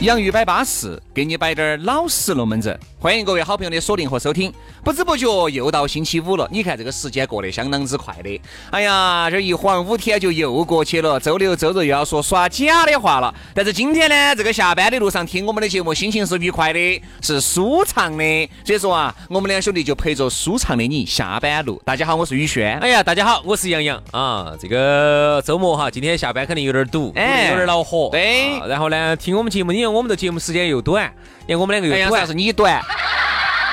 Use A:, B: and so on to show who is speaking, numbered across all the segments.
A: 洋芋摆巴适，给你摆点儿老实龙门阵。欢迎各位好朋友的锁定和收听。不知不觉又到星期五了，你看这个时间过得相当之快的。哎呀，这一晃五天就又过去了，周六周日又要说耍假的话了。但是今天呢，这个下班的路上听我们的节目，心情是愉快的，是舒畅的。所以说啊，我们两兄弟就陪着舒畅的你下班路。大家好，我是宇轩。
B: 哎呀，大家好，我是杨洋啊。这个周末哈，今天下班肯定有点堵，
A: 哎
B: 有点恼火。
A: 对
B: 啊然后呢，听我们节目，因为我们的节目时间又短，因为我们两个
A: 哎
B: 又
A: 呀，
B: 短
A: 啥，是你短？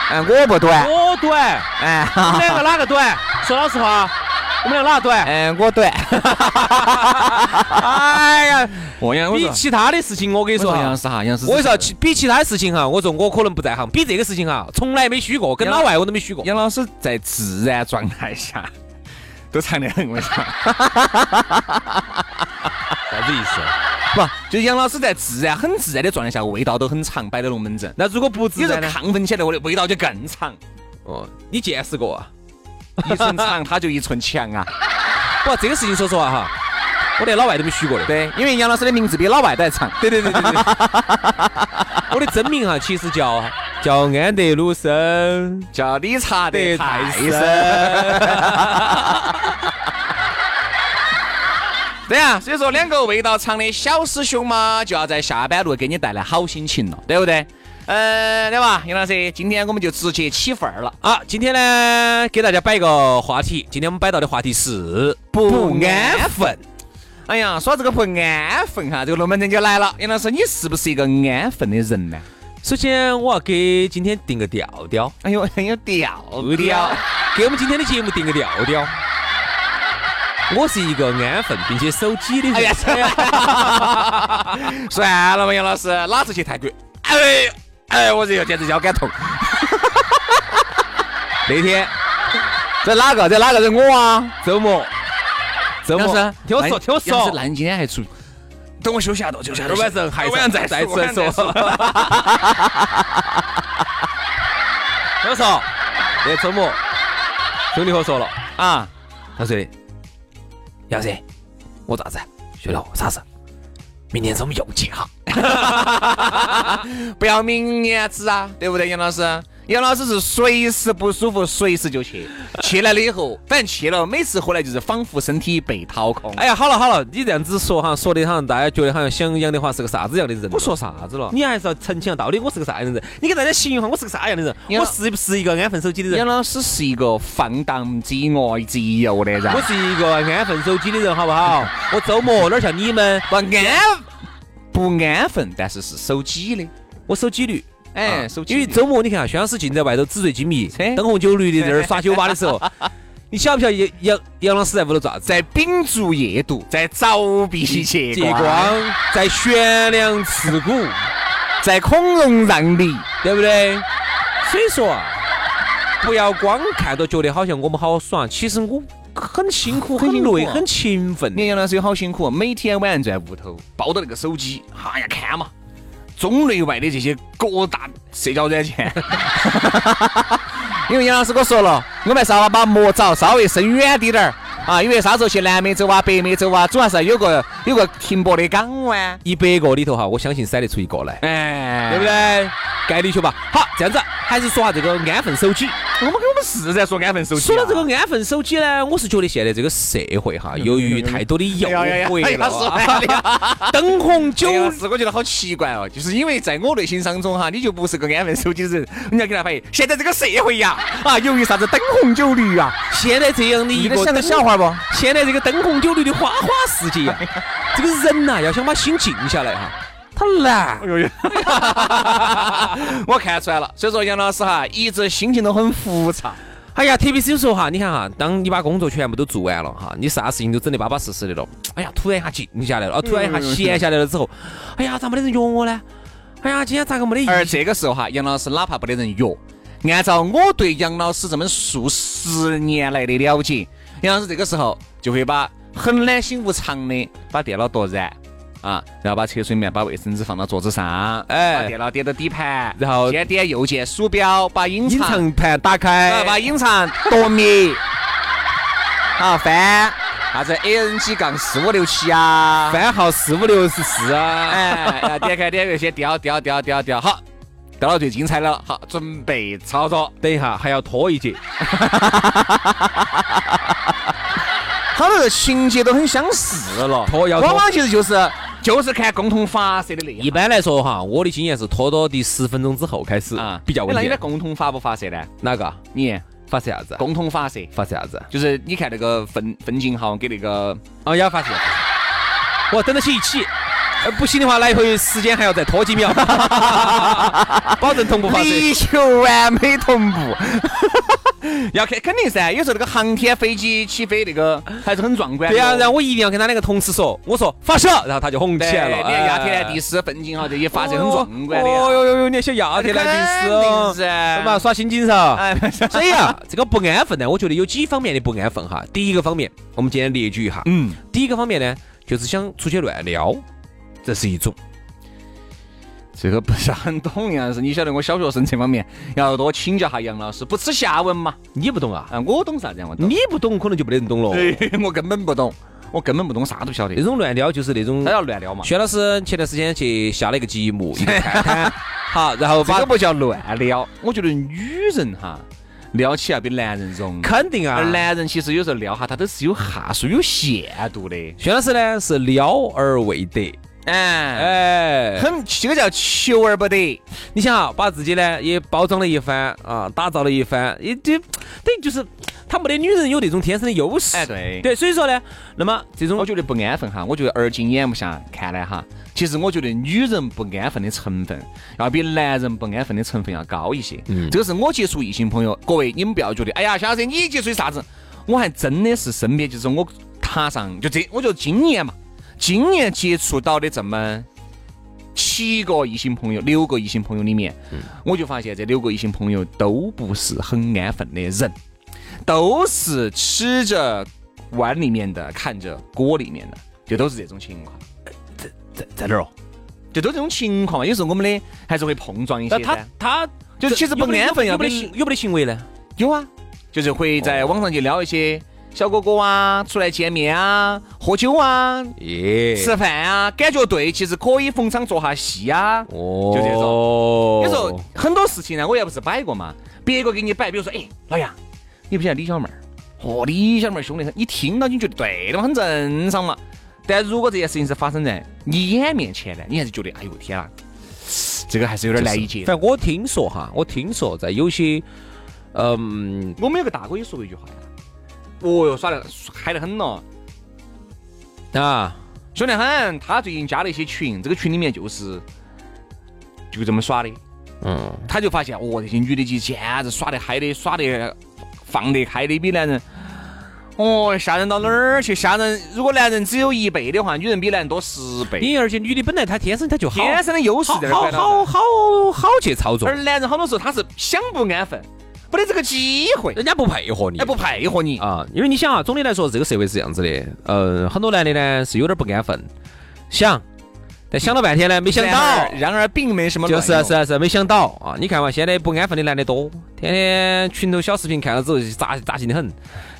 A: 哎，我不短。
C: 哦
B: 我短，
A: 哎，
B: 我
A: 哈
B: 们
A: 哈
B: 两个哪个短？说老实话，我们俩哪个 短？
A: 哎，我 短。
B: 哎 呀，
A: 我呀，我
B: 比
A: 说。
B: 其他的事情，我跟你
A: 我
B: 说哈
A: 啊说杨。师哈，杨师，
B: 我跟你说，其比其他事情哈，我说我可能不在行，比这个事情哈，从来没虚过，跟
A: 杨
B: 老外我都没虚过。
A: 杨老师在自然状态下 都长得很，我跟你说，
B: 啥子意思？ 啊
A: 不，就是杨老师在自然很自然的状态下，味道都很长，摆的龙门阵。
B: 那如果不
A: 你
B: 自
A: 这
B: 然呢？
A: 亢奋起来，我的味道就更长，
B: 哦，你见识过啊？
A: 一寸长它就一寸强啊。
B: 不，这个事情说实话哈，我连老外都没虚过的。
A: 对，因为杨老师的名字比老外都还长。
B: 对对对对对， 我的真名哈，其实叫叫安德鲁森
A: 叫理查德
B: 德
A: ·
B: 泰
A: 泰森。
B: 森。
A: 对呀、所以说两个味道长的小师兄嘛，就要在下班路给你带来好心情了，对不对？嗯、对吧，杨老师，今天我们就直接起范儿了。
B: 啊，今天呢，给大家摆一个话题。今天我们摆到的话题是
A: 不安分。哎呀，说到这个不安分哈，这个龙门阵就来了。杨老师，你是不是一个安分的人呢？
B: 首先，我要给今天定个调调，
A: 哎呦，很有调
B: 调， 给我们今天的节目定个调调。我是一个安分并且守己的人。
A: 哎呀，算了吧，杨老师，哪次去泰国？哎呦哎，我这又简直腰杆痛。
B: 那天
A: 这哪个？这哪个？这我啊。
B: 周末，周
A: 杨
B: 末
A: 老师，，
B: 听我
A: 那
B: 说，听我
A: 杨老师
B: 说，
A: 那你今天还出？等我休息下，等我休息下。
B: 晚上还
A: 晚上再
B: 再
A: 说晚上再
B: 说。我说，那周末兄弟伙说了，
A: 啊，
B: 他说的，杨子，我咋子？兄弟伙啥子？明天咱们又去哈。
A: 不要明年子啊，对不对，杨老师？杨老师是随时不舒服，随时就 去。去了了以后，反正去了，每次回来就是仿佛身体被掏空。哎，
B: 哎呀，好了好了，你这样子说哈，说的好像大家觉得好像想杨德华是个啥子样的人。我说啥子了？你还是要澄清下到底我是个啥样的人。你给大家形容一下我是个啥样的人？
A: 杨
B: 我是不是一个安分守己的人
A: 杨？老师是一个放荡之爱之忧的人
B: 我，是一个安分守己的人，好不好？我周末哪儿像你们，
A: 不安不安分，但是是守己的。
B: 我守纪律。
A: 哎，
B: 啊
A: 守己
B: 因
A: 的。
B: 为周末你看啊，薛老师尽在外头纸醉金迷
A: 哎，
B: 灯红酒绿的在那儿耍酒吧的时候，你晓不晓得杨杨杨老师在屋头咋子？
A: 在秉烛夜读，在凿壁借
B: 借光
A: 光，，
B: 在悬梁刺股，
A: 在孔融让梨。
B: 对不对？所以说啊，不要光看着觉得好像我们好耍，其实我很辛苦、
A: 很
B: 很
A: 辛苦
B: 累、很勤奋
A: 你。看杨老师有好辛苦，每天晚上在屋头抱着那个手机，哎呀看嘛，中内外的这些各大社交软 件。因为杨老师跟我说了，我们稍微把魔爪稍微伸远滴点儿啊，因为啥时候去南美洲啊、北美洲啊，主要是有个有个停泊的港湾，
B: 一百个里头哈，我相信筛得出一个来，
A: 哎，
B: 对不？对？概率球吧。好，这样子还是说下这个安分守己。
A: 我们我们是在说安分守己、啊
B: 说到这个，安分守己呢，我是觉得现在这个社会哈，由于太多的诱
A: 嗯哎呀呀呀哎
B: 惑
A: 呀
B: 了
A: 是的呀哎
B: 啊，灯红酒
A: 九是我觉得好奇怪哦，就是因为在我内心当中哈，你就不是个安分守己的人，人家给他发现，现在这个社会呀，啊，由于啥子灯红酒绿啊，
B: 现在这样的一
A: 你
B: 个
A: 能想个
B: 灯
A: 笑，话不？
B: 现在这个灯红酒绿的花花世界啊，这个人呐、要想把心静下来哈、好难。
A: 我看出来了，所以说杨老师哈，一直心情都很浮躁。
B: 哎呀，特别是有时候哈，你看哈，当你把工作全部都做完了哈，你啥事情都整得巴巴适适的了，哎呀，突然一下静下来了，啊，突然一下闲下来了之后，哎呀，咋没得人约我呢？哎呀，今天咋个没得意
A: 而这个时候哈，杨老师哪怕不得人约，按照我对杨老师这么数十年来的了解，杨老师这个时候就会把很懒心无常的把电脑夺燃。啊，然后把车水面，把卫生纸放到桌子上，哎，把电脑点到底盘，
B: 然后
A: 先点右键鼠标，把隐
B: 隐
A: 藏
B: 藏盘打
A: 啊，
B: 开，
A: 把隐藏夺灭，啊翻，啥子 ANG 杠四五六七啊，，
B: 番号四五六十四啊，
A: 哎，然后点开点开，先调调调调调，好，调到最精彩了，好，准备操作，
B: 等一下还要拖一节，
A: 好多情节都很相似了，
B: 拖要
A: 往
B: 拖。
A: 往其实就是就是看共同发射的内
B: 一
A: 容。
B: 般来说哈，我的经验是拖到第十分钟之后开始
A: 啊，
B: 比较稳
A: 那你的
B: 健。
A: 共同发不发射呢？
B: 哪个？
A: 你
B: 发射啥子？啊
A: 共同发射，
B: 发射啥子？
A: 就是你看那个分分镜哈，给那个
B: 啊，也要发射。我等得起一起，呃，不行的话，来回时间还要再拖几秒， 保证同步发射。
A: 力求完美同步。 要看肯定噻，有时候那个航天飞机起飞那个还是很壮观的。
B: 对
A: 哦
B: 呀、然后我一定要跟他两个同时说，我说发射，然后他就红起
A: 对
B: 来了。
A: 你看
B: 哎
A: 亚特兰蒂斯分镜哈，这些发射很壮观的呀。
B: 哦哟哟哟，你还写亚特兰蒂斯哦
A: 肯定？噻
B: 干嘛耍心经噻？
A: 哎，不是
B: 所以啊，这个不安分呢，我觉得有几方面的不安分哈。第一个方面，我们今天列举一下。
A: 嗯，
B: 第一个方面呢，就是想出去乱撩，这是一种。
A: 这个不是很懂，杨老师，你晓得我小学生这方面要多请教下杨老师，不耻下问嘛。
B: 你不懂啊？
A: 啊，我懂啥子呀？我懂。
B: 你不懂，可能就没得人懂了。
A: 我根本不懂，我根本不懂，啥都不晓得
B: 那。种乱撩就是那种
A: 他。要乱聊嘛，
B: 薛老师前段时间去下了一个节目，一个探 探，好，然后
A: 这
B: 把
A: 个不叫乱聊。 我觉得女人哈，聊起要比男人容易。
B: 肯定啊
A: 而，男人其实有时候撩哈，他都是有下数、有限度的。
B: 薛老师呢是撩而未得，
A: 哎
B: 哎，
A: 很这个叫求而不得。
B: 你想啊，把自己呢也包装了一番啊，打造了一番，也就等于就是他没得女人有那种天生的优势，
A: 哎，对。
B: 对，所以说呢，那么这种
A: 我觉得不安分哈，我觉得而今眼目下看来哈，其实我觉得女人不安分的成分要比男人不安分的成分要高一些。嗯，这个是我接触异性朋友，各位你们不要觉得，哎呀，小子你接触啥子？我还真的是身边就是我踏上就这，我就今年嘛，今年接触到的这么。七个异性朋友，六个异性朋友里面，我就发现这六个异性朋友都不是很安分的人，都是吃着碗里面的，看着锅里面的，就都是这种情况，
B: 在在哪儿哦？
A: 就都这种情况嘛。有时候我们的还是会碰撞一些
B: 那他
A: 噻。
B: 他
A: 就其实不安分要
B: 有没得
A: 比
B: 行有没得行为呢？
A: 有啊，就是会
B: 哦
A: 在网上去撩一些小哥哥啊，出来见面啊，喝酒啊，
B: 耶
A: 吃饭啊，感觉对，其实可以逢场作下戏啊。
B: 哦，
A: 就这种
B: 种
A: 有时候很多事情呢，我也不是摆过嘛，别个给你摆，比如说，哎，老杨，你不晓得李小妹儿，哦，李小妹儿凶得很，你听到你觉得对的嘛，很正常嘛。但如果这件事情是发生在你眼面前呢，你还是觉得，哎呦天啊，这个还是有点难以接受。
B: 反正我听说哈，我听说在有些，嗯，
A: 我们有个大哥也说过一句话呀，哦哟，耍得嗨得很咯，
B: 啊，
A: 凶得很。他最近加了一些群，这个群里面就是就这么耍的。
B: 嗯，
A: 他就发现，哦，这些女的简直耍得嗨的，耍得放得开的比男人，哦，吓人到哪儿去？吓人！如果男人只有一倍的话，女人比男人多十倍，
B: 因为而且女的本来她天生她就好，
A: 天生的优势
B: 好
A: 在这
B: 好
A: 儿摆
B: 好
A: 到。
B: 好好去操作
A: 而，男人好多时候他是想不安分，没得这个机会，
B: 人家不配合你
A: 哎，。不配合你。
B: 啊，因为你想啊，总的来说，这个社会是这样子的，呃，很多男的呢是有点不安分，想，但想了半天呢，没想
A: 然
B: 到
A: 而，，然而并没什么
B: 就
A: 卵用，
B: 是啊是是没想到啊！你看嘛，现在不安分的男的多，天天群头小视频看了之后就扎扎心的很。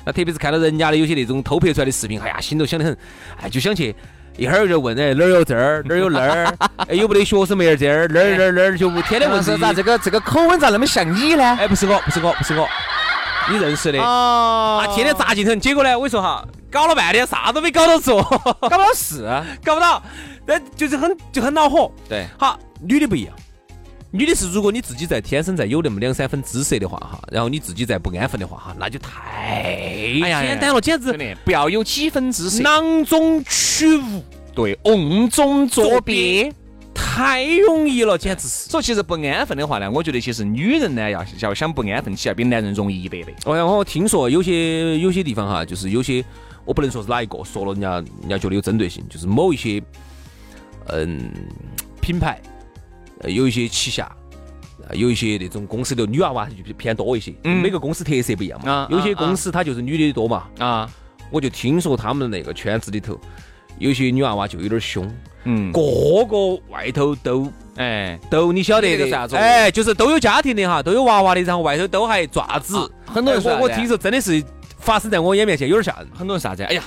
B: 那特别是看到人家的有些那种偷拍出来的视频，哎呀，心头想的很，哎，就想去。一会儿就问哎哪儿有这儿，哪儿有那儿，哎有没得学生妹儿这儿，哪儿哪儿哪儿就啊天天
A: 杨
B: 问
A: 老师
B: 自己
A: 咋这个这个口吻咋那么像你呢？
B: 哎不是我，不是我，不是我，你认识的啊，
A: 啊
B: 天天扎进很。结果呢，我跟你说哈，搞了半天啥都没搞到 做，
A: 搞不到事。
B: 搞不到，那就是很就很恼火。
A: 对，
B: 好，女的不一样，女的是如果你自己在天生在有那么两三分姿色的话哈，然后你自己再不安分的话哈，那就太
A: 哎呀
B: 简单了，简
A: 真
B: 直
A: 的不要有几分姿色，
B: 囊中取物，
A: 对，瓮中捉鳖。
B: 太容易了，简直是。
A: 所以其实不安分的话呢，我觉得其实女人呢要要想不安分起来，比男人容易一点的。
B: 我想我听说有些有些地方哈，就是有些我不能说是哪一个说了，人家人家觉得有针对性，就是某一些嗯品牌，呃有一些旗下。呃有一些那种公司的女娃娃就偏多一些，
A: 嗯
B: 每个公司特色不一样嘛
A: 啊。
B: 有些
A: 啊
B: 公司它就是女的多嘛，
A: 啊，
B: 我就听说他们那个圈子里头，有些女娃娃就有点凶，
A: 嗯，
B: 个个外头都
A: 哎，
B: 都你晓得
A: 你
B: 的
A: 这个啥子哦
B: 哎，就是都有家庭的哈，都有娃娃的，然后外头都还爪子
A: 啊。很多人说
B: 哎我我
A: 啥子
B: 听说真的是发生在我眼面前，有点吓人。
A: 很多人啥子？哎呀，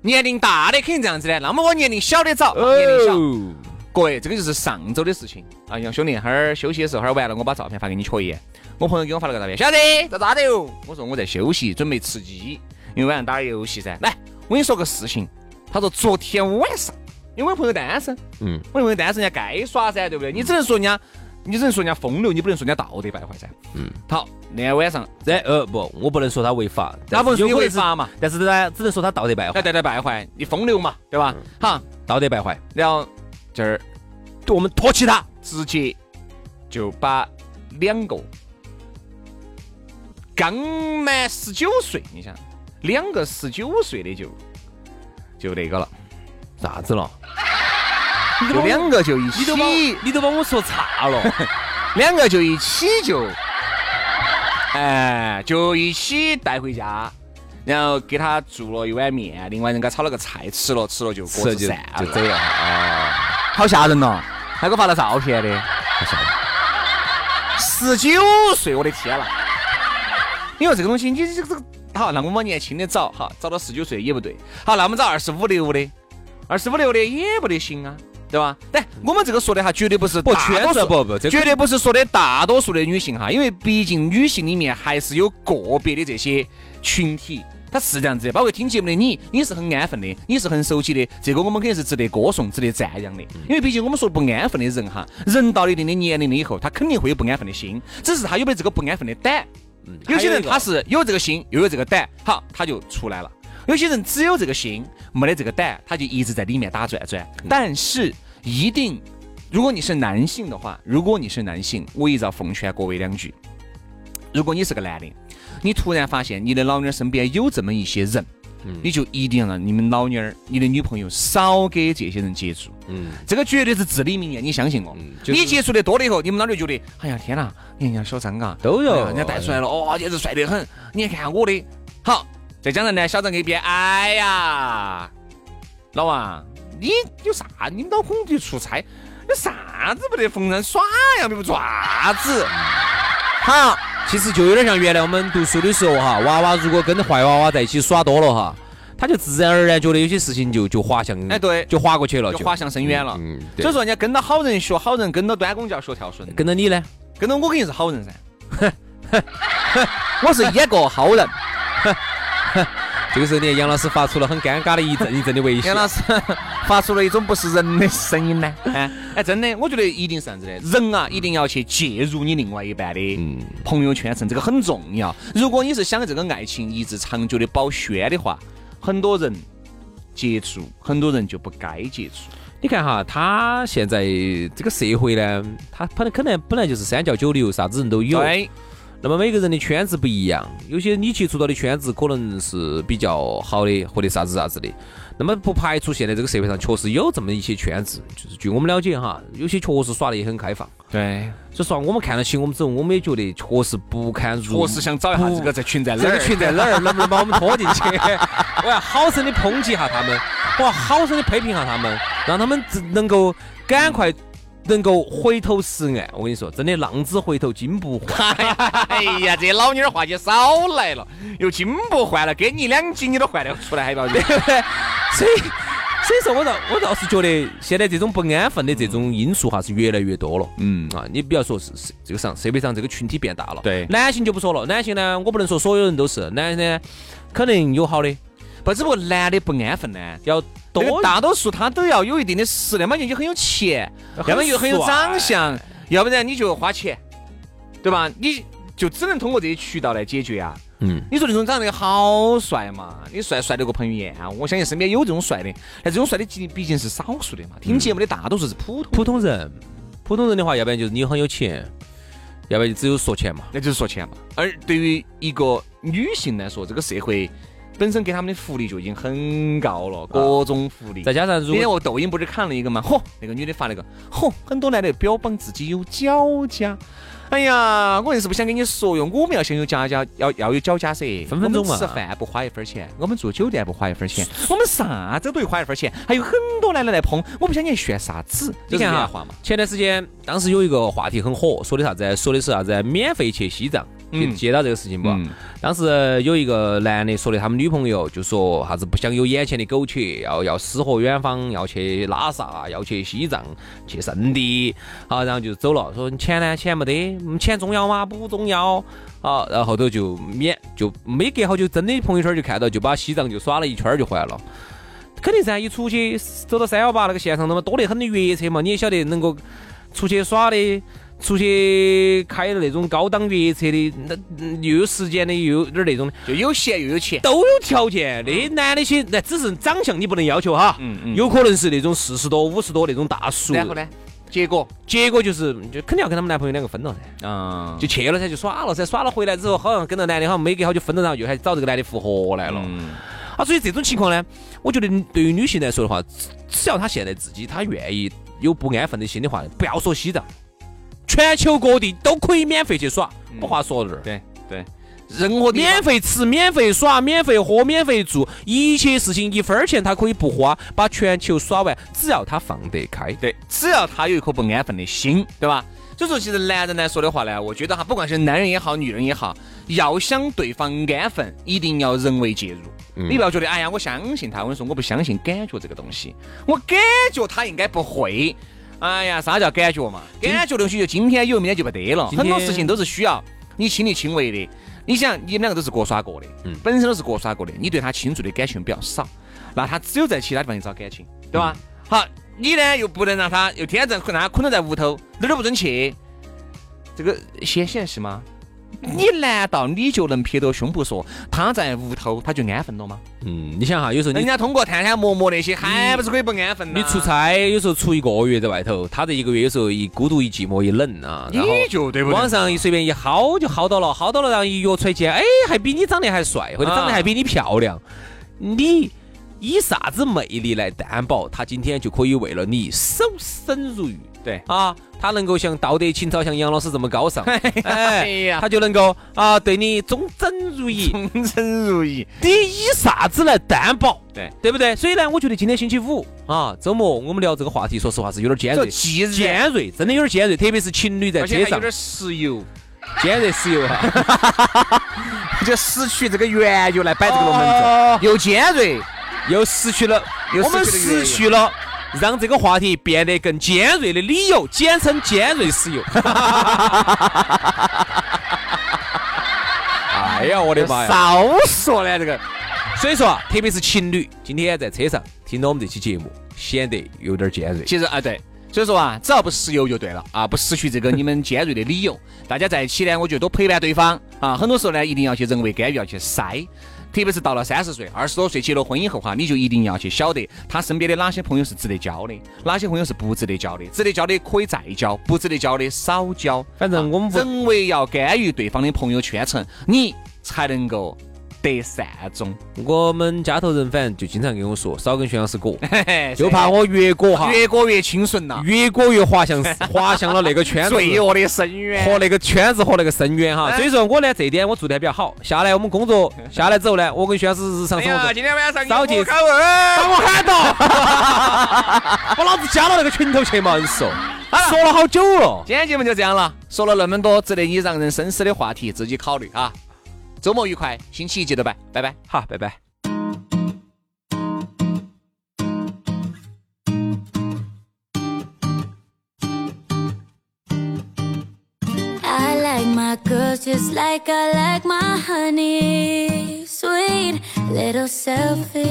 A: 年龄大的肯定这样子的，那么我年龄小的早，年龄小。各位，这个就是上周的事情啊。杨兄弟，哈儿休息的时候，哈儿完了，我把照片发给你瞧一眼。我朋友给我发了个照片，晓得在咋的哟？我说我在休息，准备吃鸡，因为晚上打游戏噻。来，我跟你说个事情。他说昨天晚上，因为我朋友单身，
B: 嗯，
A: 我朋友单身，人家该耍噻，对不对？你只能说人家，你只能说人家风流，你不能说人家道德败坏噻。嗯，好，那天晚上，
B: 这呃不，我不能说他违法，
A: 那不
B: 但
A: 是
B: 有
A: 哎
B: 可
A: 你
B: 能
A: 违
B: 是，
A: 法嘛？
B: 但是呢，只能说他道德败
A: 那
B: 坏，
A: 道德败坏，你风流嘛，对吧？好，
B: 道德败坏，
A: 然后这儿
B: 我们唾弃他。
A: 直接就把两个刚满十九岁，你想两个十九岁的就就那个了，
B: 啥子了？
A: 就两个就一起，
B: 你都把我你都把我说差了。
A: 两个就一起就，哎，就一起带回家。然后给他做了一碗面，另外人家炒了个菜，吃了吃了就各
B: 吃
A: 自
B: 就
A: 散
B: 就
A: 了
B: 走了啊！
A: 好吓人哦！还给我发了照片的，十九岁，我的天呐！因为这个东西，你这个这个好，那我们往年轻的找，哈，找到十九岁也不对，好，那我们找二十五六的，二十五六的也不得行啊，对吧？但我们这个说的哈，绝对不是
B: 不
A: 大
B: 圈
A: 多
B: 子
A: 数
B: 不不，这个
A: 绝对不是说的大多数的女性哈，因为毕竟女性里面还是有个别的这些群体，她是这样子的。包括听节目的你，你是很安分的，你是很守己的，这个我们肯定是值得歌颂、值得赞扬的。
B: 嗯
A: 因为毕竟我们说不安分的人哈，人到了一定的年龄了以后，他肯定会有不安分的心，只是他有没有这个不安分的胆。有些
B: 还有
A: 人
B: 一个
A: 他是有这个心，又有这个胆，好，他就出来了。有些人只有这个心，没得这个胆，他就一直在里面打转转。
B: 嗯
A: 但是一定，如果你是男性的话，如果你是男性，我一直要奉劝各位两句：如果你是个男的，你突然发现你的老娘儿身边有这么一些人，
B: 嗯
A: 你就一定要让你们老娘儿、你的女朋友少给这些人接触。
B: 嗯，
A: 这个绝对是至理名言，你相信我。
B: 嗯就是
A: 你接触的多了以后，你们老娘觉得，哎呀天哪，你看人家小张啊，
B: 都有
A: 哎呀人家带出来了，哦，简直帅得很。你看我的，好，再加上呢，小张那边，哎呀，老王，你有啥？你脑孔就出差，有啥子不得逢人耍呀？你不做啥子？
B: 好，其实就有点像原来我们读书的时候哈，娃娃如果跟坏娃娃在一起耍多了哈，他就自然而然觉得有些事情就就滑向，
A: 哎对
B: 就滑过去了，
A: 就滑向深渊了。
B: 嗯，
A: 所
B: 对
A: 以。说，人家跟到好人学好人，跟到端公就要学跳绳。
B: 跟着你呢，
A: 跟着我肯定是好人噻，我是一个好人。
B: 这个时候你看杨老师发出了很尴尬的一阵一阵的微笑
A: 杨。老师发出了一种不是人的声音呢。 哎，哎，真的，我觉得一定是这样子的。人啊，一定要去介入你另外一半的朋友圈层，这个很重要。如果你是想这个爱情一直长久的保鲜的话，很多人接触，很多人就不该接触。
B: 你看哈，他现在这个社会呢，他可能可能本来就是三教九流，啥子人都有。
A: 对，
B: 那么每个人的圈子不一样，有些你接触到的圈子可能是比较好的，或者啥子啥子的。那么不排除现在这个社会上确实有这么一些圈子，就是据我们了解哈，有些确实耍的也很开放。
A: 对，
B: 所以说我们看了起我们之后，我们也觉得确实不堪入目。
A: 我是想找一嗯下这个在群在哪
B: 这
A: 儿
B: 个 群在哪儿，能不能把我们拖进去？我要好生的抨击一下他们，我要好生的批评一下他们，让他们自能够赶快能够回头是岸。我跟你说，真的浪子回头金不 换。
A: 哎呀，这老妞儿话就少来了，又金不换了，给你两斤你都换得出来，还不要紧。
B: 所以，所以说我倒我倒是觉得现在这种不安分的这种因素哈是越来越多了。
A: 嗯
B: 啊，你不要说是是这个上社会上这个群体变大了。
A: 对
B: 男性就不说了，男性呢，我不能说所有人都是，男性呢，可能有好的，
A: 不，只不过男的不安分呢，
B: 要多
A: 这个大多数他都要有一定的实力，要么就很有钱，要么又很有长相，要不然你就花钱，对吧？你就只能通过这些渠道来解决啊。
B: 嗯，你说那种长得好帅嘛，你帅帅得过彭于晏啊？我相信身边有这种帅的，但这种帅的毕毕竟是少数的嘛。听节目的大多数是嗯普通，普通人，普通人的话，要不然就是你很有钱，要不然就只有说钱嘛。
A: 那就是说钱嘛。而对于一个女性来说，这个社会本身给他们的福利就已经很高了，
B: 啊
A: 各种福利。
B: 再加上如
A: 今天
B: 果
A: 我抖音不是看了一个嘛，嚯，那个女的发了个，嚯，很多男的标榜自己有脚家。哎呀，我硬是不想跟你说哟，我们要先有家家，要要有脚家噻。
B: 分分钟嘛啊
A: 我们吃饭不花一分钱，我们住酒店不花一分钱， 我们啥子都会花一分钱。还有很多男的来碰，我不晓得你啊炫啥子，
B: 你看
A: 哈
B: 哈，
A: 花嘛，
B: 前段时间当时有一个话题很火，说的啥子？说的是啥子？免费去西藏。去
A: 嗯
B: 接到这个事情不？
A: 嗯
B: 当时有一个男的说的，他们女朋友就说啥子不想有眼前的苟且，要要诗和远方，要去拉萨，要去西藏，去圣地，好，啊然后就走了。说你钱呢？钱没得，嗯钱重要吗？不重要。好，然后后头就免就没隔好久，真的朋友圈就看到，就把西藏就耍了一圈儿就回来了。肯定噻，一出去走到三幺八那个线上，他妈多得很的越野车嘛，你也晓得能够出去耍的，出去开的那种高档越野车的，那嗯又有时间的，又有点儿那种的，
A: 就有闲又有钱。
B: 都有条件。那些男的些，那只是长相你不能要求哈，
A: 嗯嗯
B: 有可能是那种四十多、五十多那种大叔。
A: 然后？呢，结果，
B: 结果就是，就肯定要跟他们男朋友两个分了噻，
A: 嗯，
B: 就去了噻，就耍了噻，耍了回来之后，好像跟那男的好像没隔好久分了，然后又还找这个男的复合来了。
A: 嗯
B: 啊，所以这种情况呢，我觉得对于女性来说的话，只只要她现在自己她愿意有不安分的心的话，不要说西藏，全球各地都可以免费去耍，不话说到这儿。
A: 对对，任何地方
B: 免费吃、免费耍、免费喝、免费住，一切事情一分儿钱她可以不花，把全球耍完，只要她放得开。
A: 对，只要他有一颗不安分的心，对吧？所以说，其实男人来说的话呢，我觉得哈，不管是男人也好，女人也好，要想对方安分，一定要人为介入。你不要觉得，哎呀，我相信他，我跟你说，我不相信感觉这个东西，我感觉他应该不会。哎呀，啥叫感觉嘛？感觉的东西就今天有，明天就没得了。
B: 今
A: 很多
B: 天
A: 事情都是需要你亲力亲为的。你想，你们两个都是各耍各的，本身都是各耍各的，你对他倾注的感情比较少，那他只有在其他地方去找感情，对吧？好，你呢又不能让他又天天在困，让他困到在屋头，哪儿都不准去，这个显现是吗？你难道你就能撇着胸脯说他在屋头他就安分了吗？
B: 嗯，你想哈，有时候
A: 人
B: 你
A: 家通过探探陌陌那些，还不是可以不安分呢？
B: 你出，差，有时候出一个月在外头，她这一个月有时候一孤独、一寂寞、一冷啊，然后
A: 你就对不对？
B: 网 上一随便一薅就薅到了，薅到了，然后一约出来见，哎，还比你长得还帅，或者长得
A: 啊
B: 还比你漂亮，你以啥子魅力来担保他今天就可以为了你守身如玉？
A: 对
B: 啊，他能够像道德情操像杨老师这么高 尚，
A: 哎
B: 哎，
A: 呀，
B: 他就能够啊对你忠贞如一。
A: 忠贞如一，
B: 你以啥子来担保？
A: 对
B: 对不对？所以呢，我觉得今天星期五啊，周末我们聊这个话题，说实话是有点尖锐
A: 这，既然，
B: 尖锐，真的有点尖锐，特别是情侣在
A: 而且
B: 车
A: 还有
B: 上，
A: 点石油，
B: 尖锐石油哈。
A: 就失去这个原油来摆这个龙门阵，
B: 哦
A: 又尖锐，
B: 又失去了，
A: 又
B: 我们
A: 失去
B: 失
A: 了
B: 去了让这个话题变得更尖锐的理由，简称尖锐石油。 哎呀，我的妈呀！
A: 少说呢这个。
B: 所以说啊，特别是情侣，今天在车上听到我们这期节目，显得有点尖锐。
A: 其实啊，对，所以说啊，只要不石油就对了啊，不失去这个你们尖锐的理由。大家在一起呢，我觉得多陪伴对方啊。很多时候呢，一定要去人为干预，要去筛。特别是到了三十岁、二十多岁结了婚以后哈，你就一定要去晓得他身边的哪些朋友是值得交的，哪些朋友是不值得交的。值得交的可以再交，不值得交的少交。
B: 反正我们不
A: 人为要干预对方的朋友圈层，你才能够得善终。
B: 我们家头人反正就经常跟我说，少跟薛老师 裹，
A: 嘿嘿
B: 就怕我越裹哈，
A: 越过越清纯呐，
B: 越裹越滑向滑向了那个 圈子。
A: 罪恶的深渊。
B: 和那个圈子和那个深渊哈，
A: 哎
B: 所以说我呢这一点我做的还比较好。下来我们工作 下来之后呢，我跟薛老师日常
A: 哎
B: 生活
A: 呀，
B: 中
A: 今天晚上
B: 找
A: 你
B: 几
A: 我搞哎
B: 把我喊到，把 老子加到那个群头去嘛，你说，说了好久了，
A: 今天节目就这样了，说了那么多值得你让人深思的话题，自己考虑啊。周末愉快，星期一记得拜，拜拜。
B: 好，拜拜。
D: I like my girls just like I like my honey. Sweet, little selfish.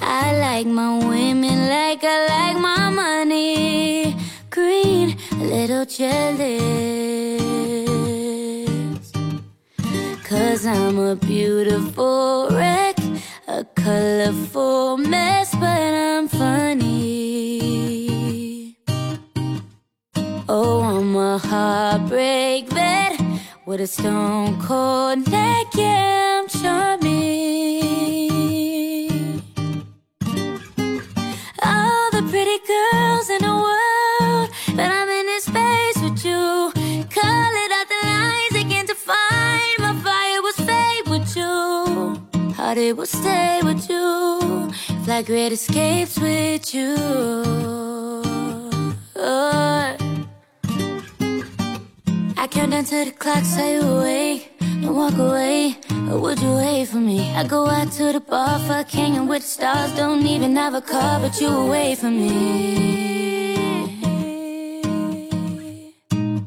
D: I like my women like I like my money. Green, little jealous. Cause I'm a beautiful wreck, a colorful mess, but I'm funny. Oh, I'm a heartbreak vet with a stone cold neck, yeah, I'm charming. All the pretty girls in the world, but I'm in this space with you. Call it out the lines again to find my fire will stay with you. Heart it will stay with you. Fly great escapes with you. Oh. I count down to the clock, so you awake. Don't walk away, or would you wait for me? I go out to the bar, fuck hanging with the stars. Don't even have a car, but you away from me. Mm-mm.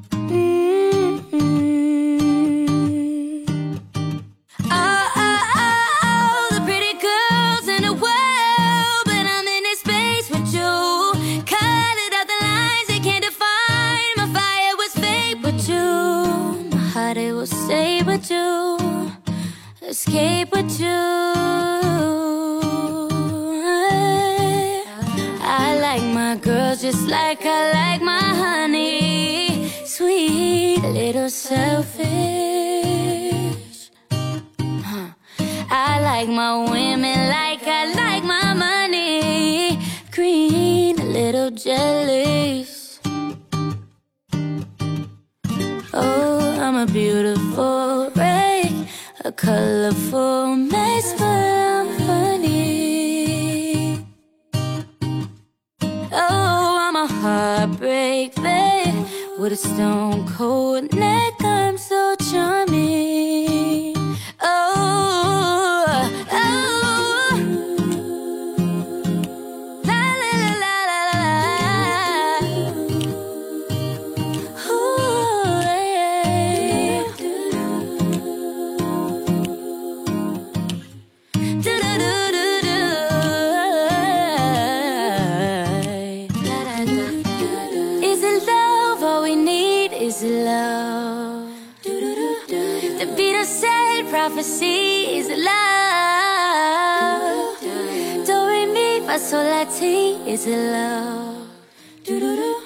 D: Oh, oh, oh, oh, the pretty girls in the world, but I'm in this space with you. Colored out the lines they can't define. My fire was fake with you. My heart it will stay with you. Escape with you. I like my girls just like I like my honey. Sweet little selfish. Huh. I like my women like I like my money. Green, a little jealous. Oh, I'm a beautiful wreck, a colorful mess, but I'm funny. Oh, I'm a heartbreak babe with a stone cold neck. I'm so charming. Oh, oh. La, la, la, la, la, la, la. Ooh, yeah. Is it love all we need? Is it love? To be the said prophecy is it love. Do we meet for so is it love?